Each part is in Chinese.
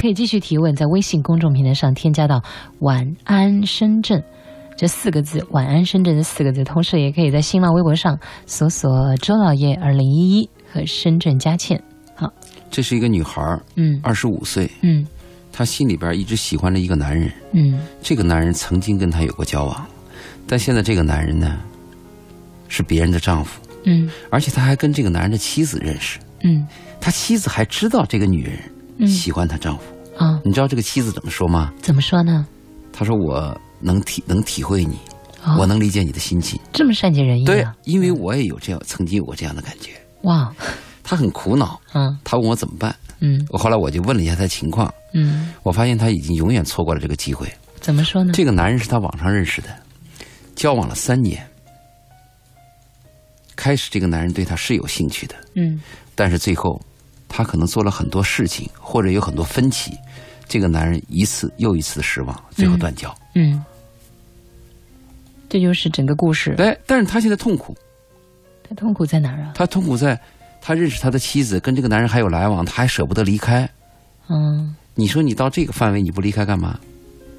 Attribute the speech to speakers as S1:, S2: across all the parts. S1: 可以继续提问，在微信公众平台上添加到“晚安深圳”这四个字，“晚安深圳”这四个字。同时，也可以在新浪微博上搜索“周老爷二零一一”和“深圳佳倩”。好，
S2: 这是一个女孩儿，
S1: 嗯
S2: 二十五岁，
S1: 嗯
S2: 她心里边一直喜欢着一个男人，
S1: 嗯
S2: 这个男人曾经跟她有过交往，但现在这个男人呢，是别人的丈夫，
S1: 嗯
S2: 而且她还跟这个男人的妻子认识，
S1: 嗯
S2: 他妻子还知道这个女
S1: 嗯
S2: 人喜欢她丈夫。
S1: 啊，
S2: 你知道这个妻子怎么说吗？
S1: 怎么说呢？
S2: 她说：“我能体能体会你，
S1: 啊
S2: 我能理解你的心情。
S1: 这么善解人意、啊，
S2: 对，因为我也有这样，曾经有过这样的感觉。
S1: 哇，
S2: 她很苦恼，
S1: 啊
S2: 她问我怎么办。
S1: 嗯
S2: 我后来我就问了一下她的情况，
S1: 嗯，
S2: 我发现她已经永远错过了这个机会。
S1: 怎么说呢？
S2: 这个男人是她网上认识的，交往了三年。开始这个男人对她是有兴趣的，
S1: 嗯
S2: 但是最后，她可能做了很多事情，或者有很多分歧，这个男人一次又一次的失望，最后断交。
S1: 嗯，这就是整个故事。
S2: 对，哎但是她现在痛苦，
S1: 他痛苦在哪儿啊？
S2: 她痛苦在她认识他的妻子，跟这个男人还有来往，她还舍不得离开。
S1: 嗯，
S2: 你说你到这个范围你不离开干嘛？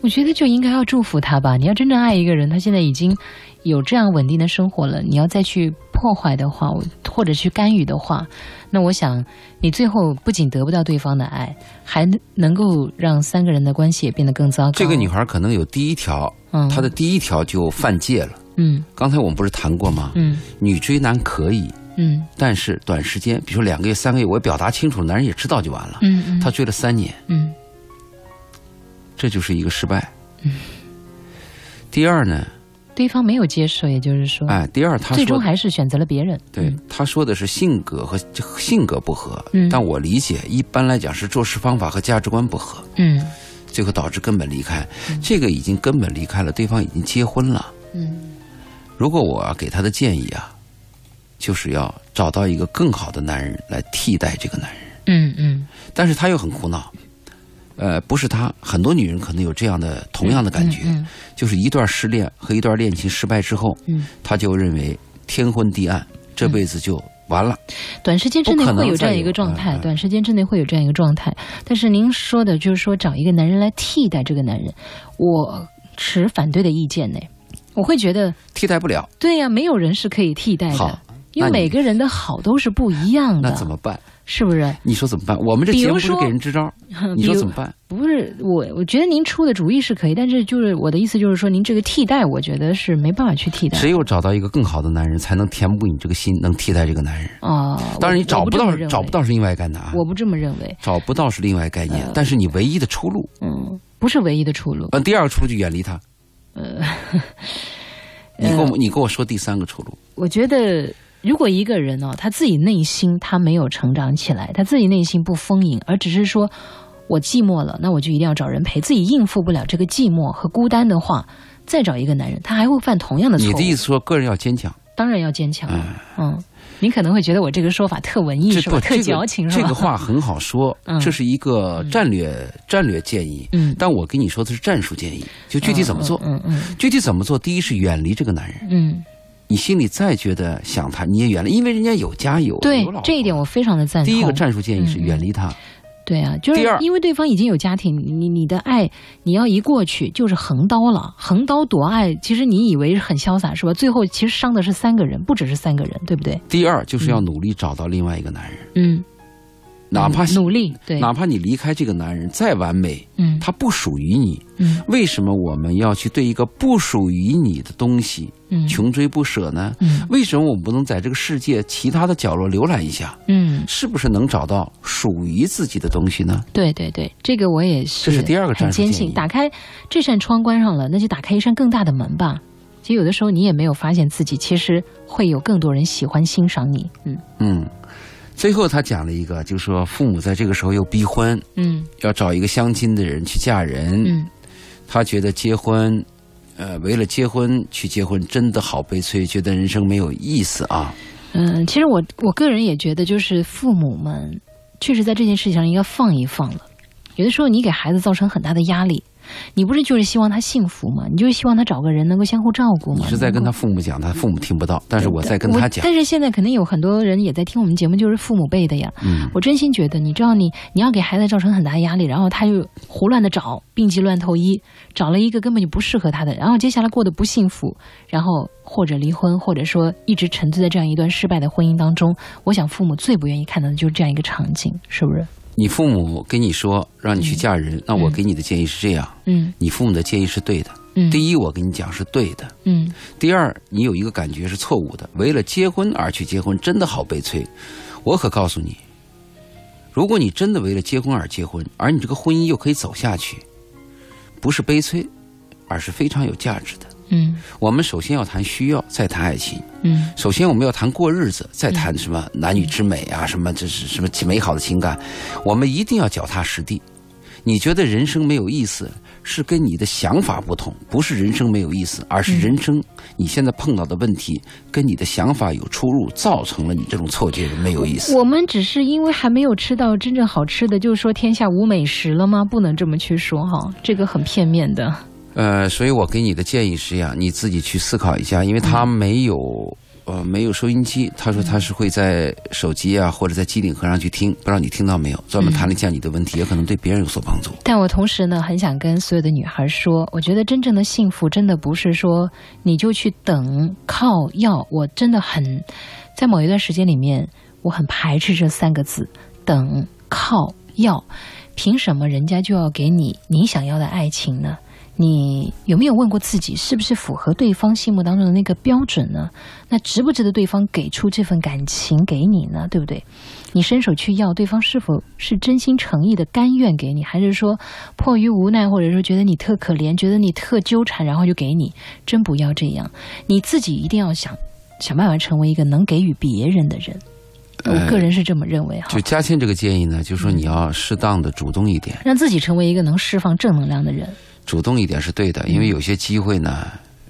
S1: 我觉得就应该要祝福他吧。你要真正爱一个人，他现在已经有这样稳定的生活了，你要再去破坏的话，我或者去干预的话，那我想你最后不仅得不到对方的爱，还能够让三个人的关系也变得更糟糕。
S2: 这个女孩可能有第一条，
S1: 嗯，
S2: 她的第一条就犯戒了。
S1: 嗯
S2: 刚才我们不是谈过吗？
S1: 嗯
S2: 女追男可以，
S1: 嗯
S2: 但是短时间，比如说两个月、三个月，我表达清楚了，男人也知道就完了。
S1: 嗯嗯，
S2: 她追了三年，
S1: 嗯
S2: 这就是一个失败。第二呢，
S1: 对方没有接受，也就是说，
S2: 哎，第二她
S1: 最
S2: 说
S1: 终还是选择了别人。
S2: 对她说的是性格和性格不合，
S1: 嗯
S2: 但我理解一般来讲是做事方法和价值观不合，
S1: 嗯
S2: 最后导致根本离开。这个已经根本离开了，对方已经结婚了。
S1: 嗯
S2: 如果我给她的建议啊，就是要找到一个更好的男人来替代这个男人。
S1: 嗯嗯
S2: 但是她又很苦恼。呃，不是她，很多女人可能有这样的同样的感觉，
S1: 嗯
S2: 就是一段失恋和一段恋情失败之后，
S1: 嗯，
S2: 她就认为天昏地暗，这辈子就完了。
S1: 短时间之内会有这样一个状
S2: 不可能再
S1: 态，
S2: 有嗯嗯
S1: 短时间之内会有这样一个状态。但是您说的就是说找一个男人来替代这个男人，我持反对的意见呢。我会觉得，
S2: 替代不了，
S1: 对呀、没有人是可以替代
S2: 好
S1: 的，因为
S2: 那你
S1: 每个人的好都是不一样
S2: 那
S1: 的，
S2: 怎么办？
S1: 是不是？
S2: 你说怎么办？我们这
S1: 比
S2: 节目
S1: 如
S2: 不是
S1: 说
S2: 给人支招，你
S1: 比
S2: 说
S1: 如
S2: 怎么办？
S1: 不是我，我觉得您出的主意是可以，但是就是我的意思就是说，您这个替代，我觉得是没办法去替代
S2: 只有找到一个更好的男人，才能填补你这个心，能替代这个男人。
S1: 啊。
S2: 当然，你
S1: 我
S2: 找不到，找不，
S1: 我
S2: 到
S1: 这么认为
S2: 是另外概念啊，
S1: 我嗯不这么认为，
S2: 找不到是另外概念。但是你唯一的出路，
S1: 嗯，不是唯一的出路。呃
S2: 呃，第二个出路就远离他。你跟
S1: 嗯
S2: 我，你跟我说第三个出路。
S1: 我觉得，如果一个人哦，他自己内心他没有成长起来，他自己内心不丰盈，而只是说我寂寞了，那我就一定要找人陪，自己应付不了这个寂寞和孤单的话，再找一个男人，他还会犯同样的错误。
S2: 你的意思说，个人要坚强，
S1: 当然要坚强了，嗯。你可能会觉得我这个说法特文艺
S2: 这
S1: 是吧？
S2: 不
S1: 特
S2: 这
S1: 矫
S2: 个
S1: 情是
S2: 这
S1: 吧？
S2: 个话很好说
S1: 嗯，
S2: 这是一个战略战略建议。
S1: 嗯
S2: 但我跟你说的是战术建议，就具体怎么做。
S1: 嗯嗯
S2: 具体怎么做？第一是远离这个男人，
S1: 嗯，
S2: 你心里再觉得想他，你也远离，因为人家有家有
S1: 对
S2: 有老婆
S1: 这一点我非常的赞同。
S2: 第一个战术建议是
S1: 嗯嗯
S2: 远离他。
S1: 对啊，就
S2: 第
S1: 是
S2: 二
S1: 因为对方已经有家庭，你你你的爱你要一过去就是横刀了，横刀夺爱。其实你以为很潇洒是吧？最后其实伤的是三个人，不只是三个人，对不对？
S2: 第二就是要努力找到另外一个男人，
S1: 嗯，
S2: 哪怕
S1: 努力，对，
S2: 哪怕你离开这个男人再完美，
S1: 嗯
S2: 他不属于你。
S1: 嗯
S2: 为什么我们要去对一个不属于你的东西
S1: 嗯
S2: 穷追不舍呢？
S1: 嗯
S2: 为什么我们不能在这个世界其他的角落浏览一下，
S1: 嗯，
S2: 是不是能找到属于自己的东西呢？
S1: 对对对，这个我也是，
S2: 这是第二个
S1: 很
S2: 战术
S1: 坚
S2: 建
S1: 信。
S2: 议。
S1: 打开这扇窗关上了，那就打开一扇更大的门吧。其实有的时候你也没有发现自己，其实会有更多人喜欢欣赏你。嗯
S2: 嗯，最后他讲了一个，就是说父母在这个时候又逼婚，
S1: 嗯
S2: 要找一个相亲的人去嫁人。
S1: 嗯
S2: 他觉得结婚，呃，为了结婚去结婚，真的好悲催，觉得人生没有意思啊。
S1: 嗯，其实我我个人也觉得，就是父母们确实在这件事情上应该放一放了。有的时候你给孩子造成很大的压力，你不是就是希望他幸福吗？你就是希望他找个人能够相互照顾吗？
S2: 你是在跟他父母讲，他父母听不到，
S1: 嗯
S2: 但是我在跟他讲
S1: 但。是现在肯定有很多人也在听我们节目，就是父母辈的呀。
S2: 嗯，
S1: 我真心觉得，你知道你，你要给孩子造成很大压力，然后他又胡乱的找，病急乱投医，找了一个根本就不适合他的，然后接下来过得不幸福，然后或者离婚，或者说一直沉醉在这样一段失败的婚姻当中。我想父母最不愿意看到的就是这样一个场景，是不是？
S2: 你父母跟你说让你去嫁人，那我给你的建议是这样：
S1: 嗯
S2: 你父母的建议是对的。
S1: 嗯，
S2: 第一，我跟你讲是对的；
S1: 嗯
S2: 第二，你有一个感觉是错误的。为了结婚而去结婚，真的好悲催。我可告诉你，如果你真的为了结婚而结婚，而你这个婚姻又可以走下去，不是悲催，而是非常有价值的。
S1: 嗯
S2: 我们首先要谈需要，再谈爱情。
S1: 嗯
S2: 首先我们要谈过日子，再谈什么男女之美啊，什么这是什么美好的情感，我们一定要脚踏实地。你觉得人生没有意思，是跟你的想法不同，不是人生没有意思，而是人生你现在碰到的问题跟你的想法有出入，造成了你这种错觉的没有意思。
S1: 我们只是因为还没有吃到真正好吃的，就是说天下无美食了吗？不能这么去说哈，这个很片面的。
S2: 呃，所以我给你的建议是呀，你自己去思考一下，因为他没有。呃，没有收音机，他说他是会在手机啊，或者在机顶盒上去听，不知道你听到没有？
S1: 嗯
S2: 专门谈了一下你的问题，也可能对别人有所帮助。
S1: 但我同时呢，很想跟所有的女孩说，我觉得真正的幸福，真的不是说你就去等靠要。我真的很，在某一段时间里面，我很排斥这三个字“等靠要”。凭什么人家就要给你你想要的爱情呢？你有没有问过自己，是不是符合对方心目当中的那个标准呢？那值不值得对方给出这份感情给你呢？对不对？你伸手去要，对方是否是真心诚意的甘愿给你，还是说迫于无奈，或者说觉得你特可怜，觉得你特纠缠，然后就给你？真不要这样，你自己一定要想想办法成为一个能给予别人的人。我个人是这么认为哈
S2: 就，嘉倩这个建议呢，就说你要适当的主动一点，
S1: 让自己成为一个能释放正能量的人，
S2: 主动一点是对
S1: 嗯
S2: 的，因为有些机会呢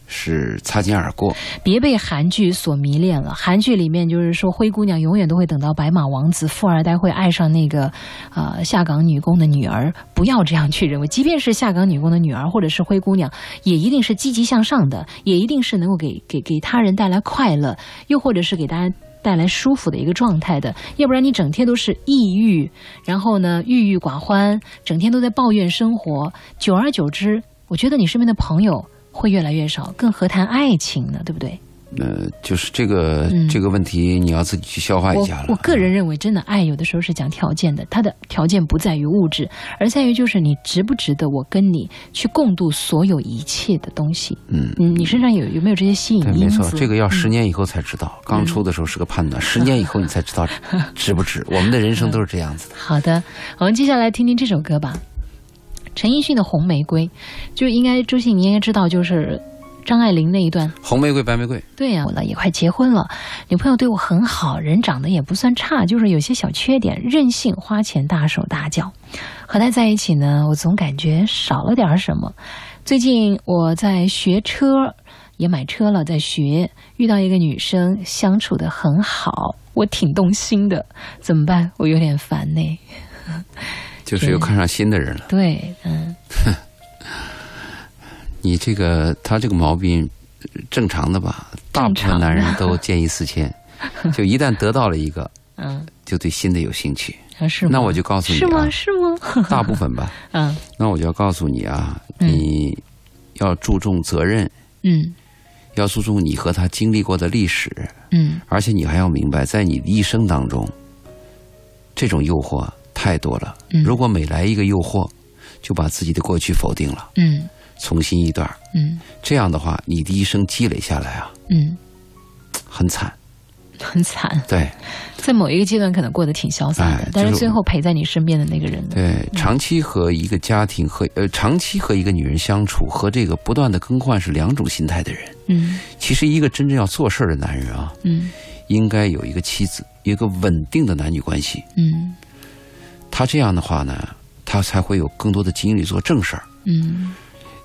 S2: 是擦肩而过。
S1: 别被韩剧所迷恋了。韩剧里面就是说，灰姑娘永远都会等到白马王子，富二代会爱上那个呃下岗女工的女儿。不要这样去认为，即便是下岗女工的女儿或者是灰姑娘，也一定是积极向上的，也一定是能够给给给他人带来快乐，又或者是给大家。带来舒服的一个状态的，要不然你整天都是抑郁，然后呢郁郁寡欢，整天都在抱怨生活，久而久之，我觉得你身边的朋友会越来越少，更何谈爱情呢？对不对？
S2: 呃，就是这个、
S1: 嗯
S2: 这个问题，你要自己去消化一
S1: 我
S2: 下了。
S1: 我个人认为，真的爱有的时候是讲条件的，它的条件不在于物质，而在于就是你值不值得我跟你去共度所有一切的东西。
S2: 嗯，
S1: 嗯，你身上有有没有这些吸
S2: 对，没
S1: 引因
S2: 错，
S1: 子？嗯
S2: 这个要十年以后才知道，刚出的时候是个判断，十年以后你才 知道值不值。我们的人生都是这样子的。
S1: 好的，我们接下来听听这首歌吧，陈奕迅的《红玫瑰》，就应该周信你应该知道，就是张爱玲那一段。
S2: 红玫瑰，白玫瑰，
S1: 对呀、我呢也快结婚了，女朋友对我很好，人长得也不算差，就是有些小缺点，任性，花钱大手大脚。和他在一起呢，我总感觉少了点儿什么。最近我在学车，也买车了，在学，遇到一个女生，相处的很好，我挺动心的，怎么办？我有点烦呢。
S2: 就是又
S1: 对
S2: 看上新的人了。
S1: 对，嗯
S2: 你这个他这个毛病呃正常的吧？大部分男人都见异思迁，就一旦得到了一个，
S1: 嗯，
S2: 就对新的有兴趣。
S1: 啊是吗？
S2: 那我就告诉你
S1: 是
S2: 啊
S1: 吗？，是吗？
S2: 大部分吧。
S1: 嗯
S2: 那我就要告诉你啊，
S1: 嗯
S2: 你要注重责任，
S1: 嗯
S2: 要注重你和他经历过的历史，
S1: 嗯
S2: 而且你还要明白，在你的一生当中，这种诱惑太多了。
S1: 嗯
S2: 如果每来一个诱惑，就把自己的过去否定了，
S1: 嗯
S2: 重新一段儿，
S1: 嗯
S2: 这样的话，你的一生积累下来啊，
S1: 嗯，
S2: 很惨。
S1: 很惨。
S2: 对
S1: 在某一个阶段可能过得挺潇洒的，
S2: 哎
S1: 但是
S2: 就是
S1: 最后陪在你身边的那个人呢？
S2: 对，长期和一个家庭和呃，长期和一个女人相处，和这个不断的更换是两种心态的人。
S1: 嗯
S2: 其实，一个真正要做事儿的男人啊，
S1: 嗯
S2: 应该有一个妻子，一个稳定的男女关系。
S1: 嗯
S2: 他这样的话呢，他才会有更多的精力做正事儿。
S1: 嗯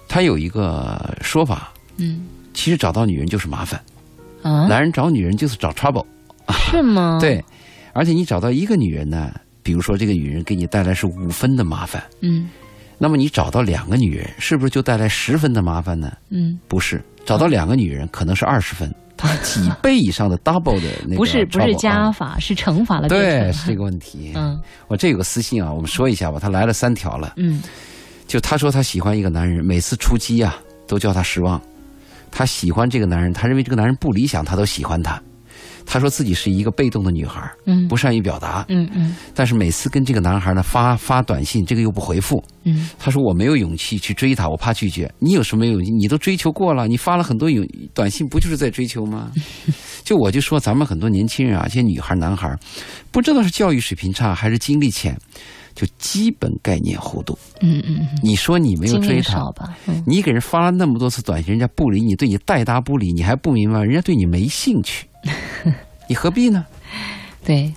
S2: 他有一个说法，
S1: 嗯
S2: 其实找到女人就是麻烦，
S1: 啊，
S2: 男人找女人就是找 trouble。
S1: 是吗？，
S2: 对，而且你找到一个女人呢，比如说这个女人给你带来是五分的麻烦，
S1: 嗯
S2: 那么你找到两个女人，是不是就带来十分的麻烦呢？
S1: 嗯，
S2: 不是，找到两个女人可能是二十分，它几倍以上的 double 的那个
S1: 嗯不是不是
S2: trouble
S1: 加
S2: 啊
S1: 法，是乘法了，
S2: 对，
S1: 变成
S2: 是这个问题。
S1: 嗯
S2: 我这有个私信啊，我们说一下吧，他来了三条了。
S1: 嗯
S2: 就她说她喜欢一个男人，每次出击啊都叫她失望。她喜欢这个男人，她认为这个男人不理想，她都喜欢他。她说自己是一个被动的女孩，
S1: 嗯
S2: 不善于表达，
S1: 嗯嗯
S2: 但是每次跟这个男孩呢发发短信，这个又不回复。
S1: 嗯
S2: 她说我没有勇气去追他，我怕拒绝。你有什么勇气？你都追求过了，你发了很多勇短信，不就是在追求 吗？就我就说咱们很多年轻人啊，这些女孩男孩，不知道是教育水平差还是经历浅，就基本概念糊涂。
S1: 嗯嗯，
S2: 你说你没有
S1: 经
S2: 追
S1: 历
S2: 他
S1: 少，吧，嗯
S2: 你给人发了那么多次短信，人家不理你，对你带答不理，你还不明白，人家对你没兴趣， 你何必呢？
S1: 对，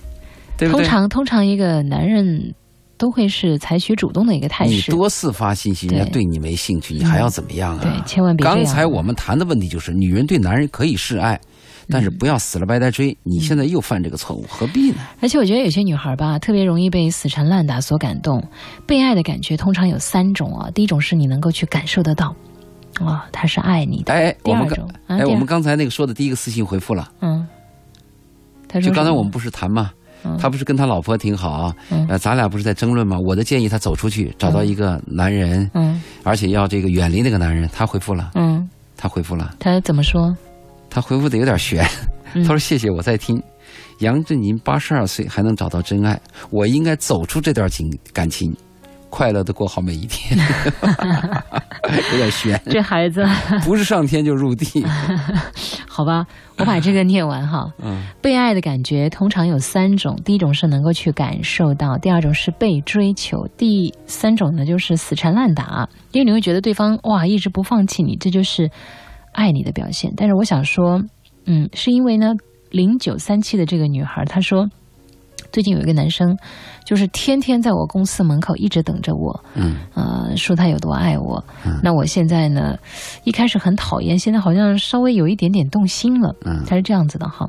S2: 对不
S1: 通
S2: 对？
S1: 常通常一个男人都会是采取主动的一个态
S2: 你
S1: 势，
S2: 多次发信息，人家
S1: 对
S2: 对你没兴趣，你还要怎么样啊？
S1: 对，千万别这样
S2: 刚
S1: 嗯
S2: 才我们谈的问题就是，女人对男人可以示爱，但是不要死了白呆追。你现在又犯这个错误，何必呢？
S1: 而且我觉得有些女孩吧，特别容易被死缠烂打所感动。被爱的感觉通常有三种啊，第一种是你能够去感受得到，啊，他是爱你的。
S2: 哎，哎
S1: 第
S2: 我
S1: 二
S2: 们刚
S1: 种，
S2: 哎，
S1: 啊，第
S2: 我们
S1: 二，
S2: 刚才那个说的第一个私信回复了，
S1: 嗯，他说
S2: 就刚才
S1: 什么
S2: 我们不是谈吗？
S1: 嗯
S2: 他不是跟他老婆挺好啊，
S1: 嗯
S2: 呃，咱俩不是在争论吗？我的建议他走出去，找到一个男人，
S1: 嗯
S2: 而且要这个远离那个男人。他回复了，
S1: 嗯，
S2: 他回复了，
S1: 他怎么说？
S2: 他回复的有点悬。
S1: 嗯
S2: 他说：“谢谢，我在听。”杨振宁八十二岁还能找到真爱，我应该走出这段情感情，快乐的过好每一 天。有点悬，
S1: 这孩子，
S2: 不是上天就入 地。
S1: 好吧，我把这个念完哈。
S2: 嗯，
S1: 被爱的感觉通常有三种，第一种是能够去感受到，第二种是被追求，第三种呢就是死缠烂打，因为你会觉得对方哇一直不放弃你，这就是爱你的表现。但是我想说，嗯，是因为呢，零九三七的这个女孩她说，最近有一个男生，就是天天在我公司门口一直等着我，
S2: 嗯，
S1: 呃，说他有多爱我。
S2: 嗯
S1: 那我现在呢，一开始很讨厌，现在好像稍微有一点点动心了。
S2: 嗯
S1: 他是这样子的哈，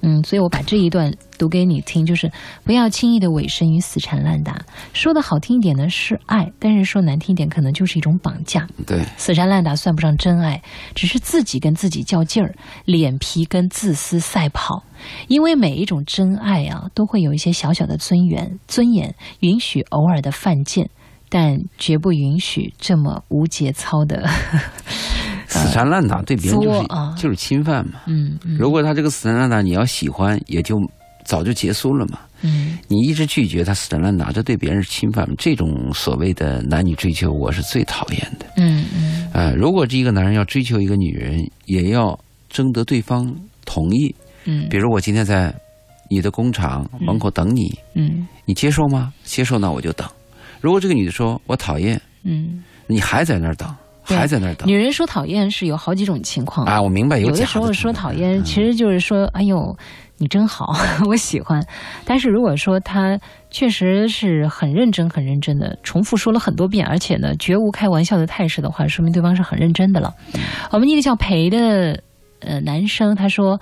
S1: 嗯，所以我把这一段读给你听，就是不要轻易的委身于死缠烂打。说的好听一点呢是爱，但是说难听一点，可能就是一种绑架。
S2: 对，
S1: 死缠烂打算不上真爱，只是自己跟自己较劲儿，脸皮跟自私赛跑。因为每一种真爱啊，都会有一些小小的尊严，尊严允许偶尔的犯贱，但绝不允许这么无节操的。
S2: 死缠烂打对别人就是
S1: 作啊
S2: 就是侵犯嘛。
S1: 嗯嗯
S2: 如果他这个死缠烂打你要喜欢，也就早就结束了嘛。
S1: 嗯
S2: 你一直拒绝他死缠烂打，这对别人是侵犯。这种所谓的男女追求，我是最讨厌的。
S1: 嗯嗯
S2: 啊、如果这一个男人要追求一个女人，也要征得对方同意。
S1: 嗯
S2: 比如我今天在你的工厂门口等你，
S1: 嗯
S2: 你接受吗？接受，那我就等。如果这个女的说我讨厌，
S1: 嗯，
S2: 你还在那儿等，
S1: 对
S2: 还在那儿等
S1: 女人说讨厌是有好几种情况
S2: 啊！我明白
S1: 有
S2: 假
S1: 的
S2: 的
S1: 时候说讨厌，
S2: 嗯
S1: 其实就是说，哎呦，你真好， 我喜欢。但是如果说他确实是很认真、很认真的重复说了很多遍，而且呢，绝无开玩笑的态势的话，说明对方是很认真的了。我们一个叫裴的呃男生，他说。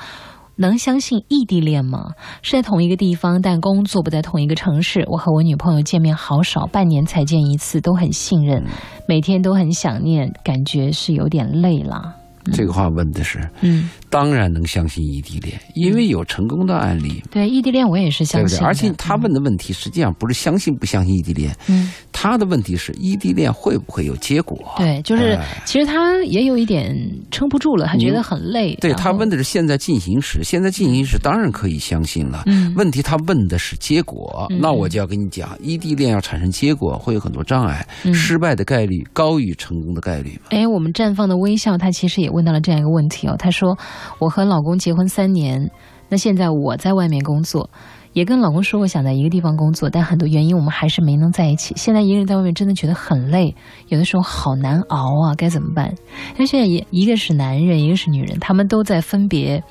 S1: 能相信异地恋吗？是在同一个地方，但工作不在同一个城市。我和我女朋友见面好少，半年才见一次，都很信任，每天都很想念，感觉是有点累了。
S2: 这个话问的是，
S1: 嗯，
S2: 当然能相信异地恋，因为有成功的案例，
S1: 对，异地恋我也是
S2: 对
S1: 嗯相
S2: 不
S1: 信嗯
S2: 对？
S1: 的，
S2: 而且他问的问题实际上不是相信不相信异地恋，
S1: 嗯，
S2: 他的问题是异地恋会不会有结果？
S1: 对，就是
S2: 哎
S1: 其实他也有一点撑不住了，他觉得很累。
S2: 对
S1: 然后
S2: 他问，的是现在进行时，现在进行时当然可以相信了。
S1: 嗯
S2: 问题他问的是结果，
S1: 嗯
S2: 那我就要跟你讲，异地恋要产生结果会有很多障碍，
S1: 嗯
S2: 失败的概率高于成功的概率嘛。
S1: 哎，我们绽放的微笑，他其实也问到了这样一个问题哦。他说，我和老公结婚三年，那现在我在外面工作。也跟老公说过想在一个地方工作，但很多原因我们还是没能在一起。现在一个人在外面真的觉得很累，有的时候好难熬啊，该怎么办？但现在也一个是男人，一个是女人，他们都在分别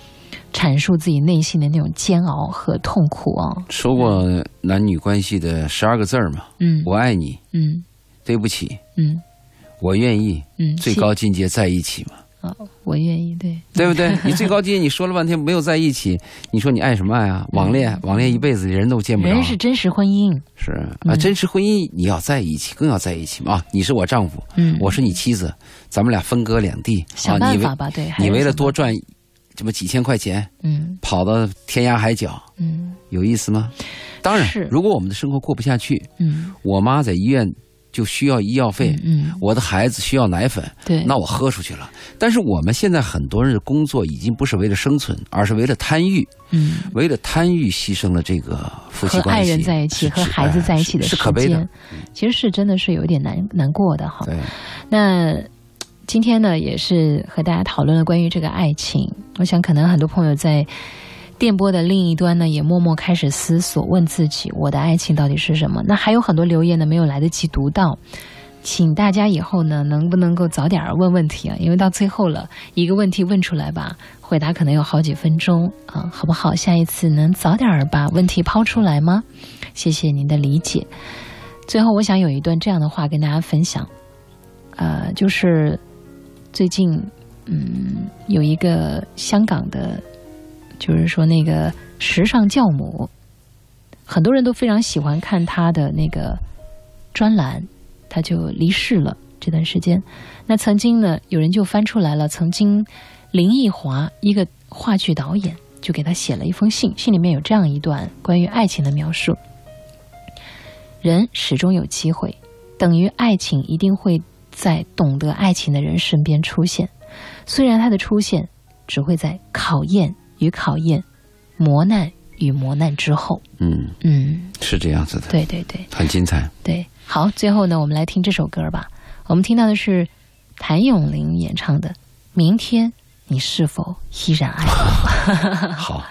S1: 阐述自己内心的那种煎熬和痛苦啊、
S2: 说过男女关系的十二个字儿嘛，
S1: 嗯
S2: 我爱你，
S1: 嗯
S2: 对不起，
S1: 嗯
S2: 我愿意，
S1: 嗯，
S2: 最
S1: 谢
S2: 高境界在一起嘛。
S1: 啊，我愿意，对，
S2: 对不 对？你最高阶你说了半天没有在一起，你说你爱什么爱啊？网恋，网恋一辈子人都见不着。
S1: 嗯人是嗯真实婚姻，
S2: 是啊，真实婚姻你要在一起，更要在一起嘛。啊你是我丈夫，
S1: 嗯，
S2: 我是你妻子，咱们俩分隔两地
S1: 想
S2: 啊。
S1: 办
S2: 你为
S1: 法吧，对，还
S2: 你
S1: 有
S2: 为了
S1: 想
S2: 多赚这么几千块钱，
S1: 嗯
S2: 跑到天涯海角，
S1: 嗯
S2: 有意思吗？当然
S1: 是，
S2: 如果我们的生活过不下去，
S1: 嗯
S2: 我妈在医院就需要医药费，
S1: 嗯，哎嗯
S2: 我的孩子需要奶粉，
S1: 对，
S2: 那我喝出去了。但是我们现在很多人的工作已经不是为了生存，而是为了贪欲，
S1: 嗯。
S2: 为了贪欲牺牲了这个夫妻
S1: 和
S2: 关
S1: 爱
S2: 系，
S1: 人在一起，
S2: 是哎
S1: 和孩子在一起的
S2: 是
S1: 时
S2: 是可悲
S1: 间
S2: 的。，嗯
S1: 其实是真的是有点难难过的哈。
S2: 对，
S1: 那今天呢，也是和大家讨论了关于这个爱情。我想，可能很多朋友在电波的另一端呢，也默默开始思索，问自己：我的爱情到底是什么？那还有很多留言呢，没有来得及读到。请大家以后呢，能不能够早点儿问问题啊？因为到最后了，一个问题问出来吧，回答可能有好几分钟啊，好不好？下一次能早点儿把问题抛出来吗？谢谢您的理解。最后，我想有一段这样的话跟大家分享。呃，就是最近，嗯，有一个香港的，就是说那个时尚教母，很多人都非常喜欢看她的那个专栏，她就离世了这段时间。那曾经呢，有人就翻出来了，曾经林奕华一个话剧导演就给他写了一封信，信里面有这样一段关于爱情的描述：人始终有机会，等于爱情一定会在懂得爱情的人身边出现，虽然他的出现只会在考验与考验、磨难与磨难之后。
S2: 嗯，
S1: 嗯，
S2: 是这样子的，
S1: 对对对
S2: 很精 彩。
S1: 对。好，最后呢，我们来听这首歌吧。我们听到的是谭咏麟演唱的《明天你是否依然爱我》。
S2: 好，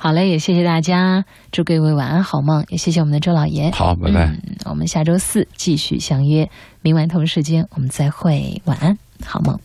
S1: 好嘞，也谢谢大家，祝各位晚安好梦，也谢谢我们的周老爷。
S2: 好，拜拜。
S1: 嗯，我们下周四继续相约，明晚同时间我们再会，晚安，好梦。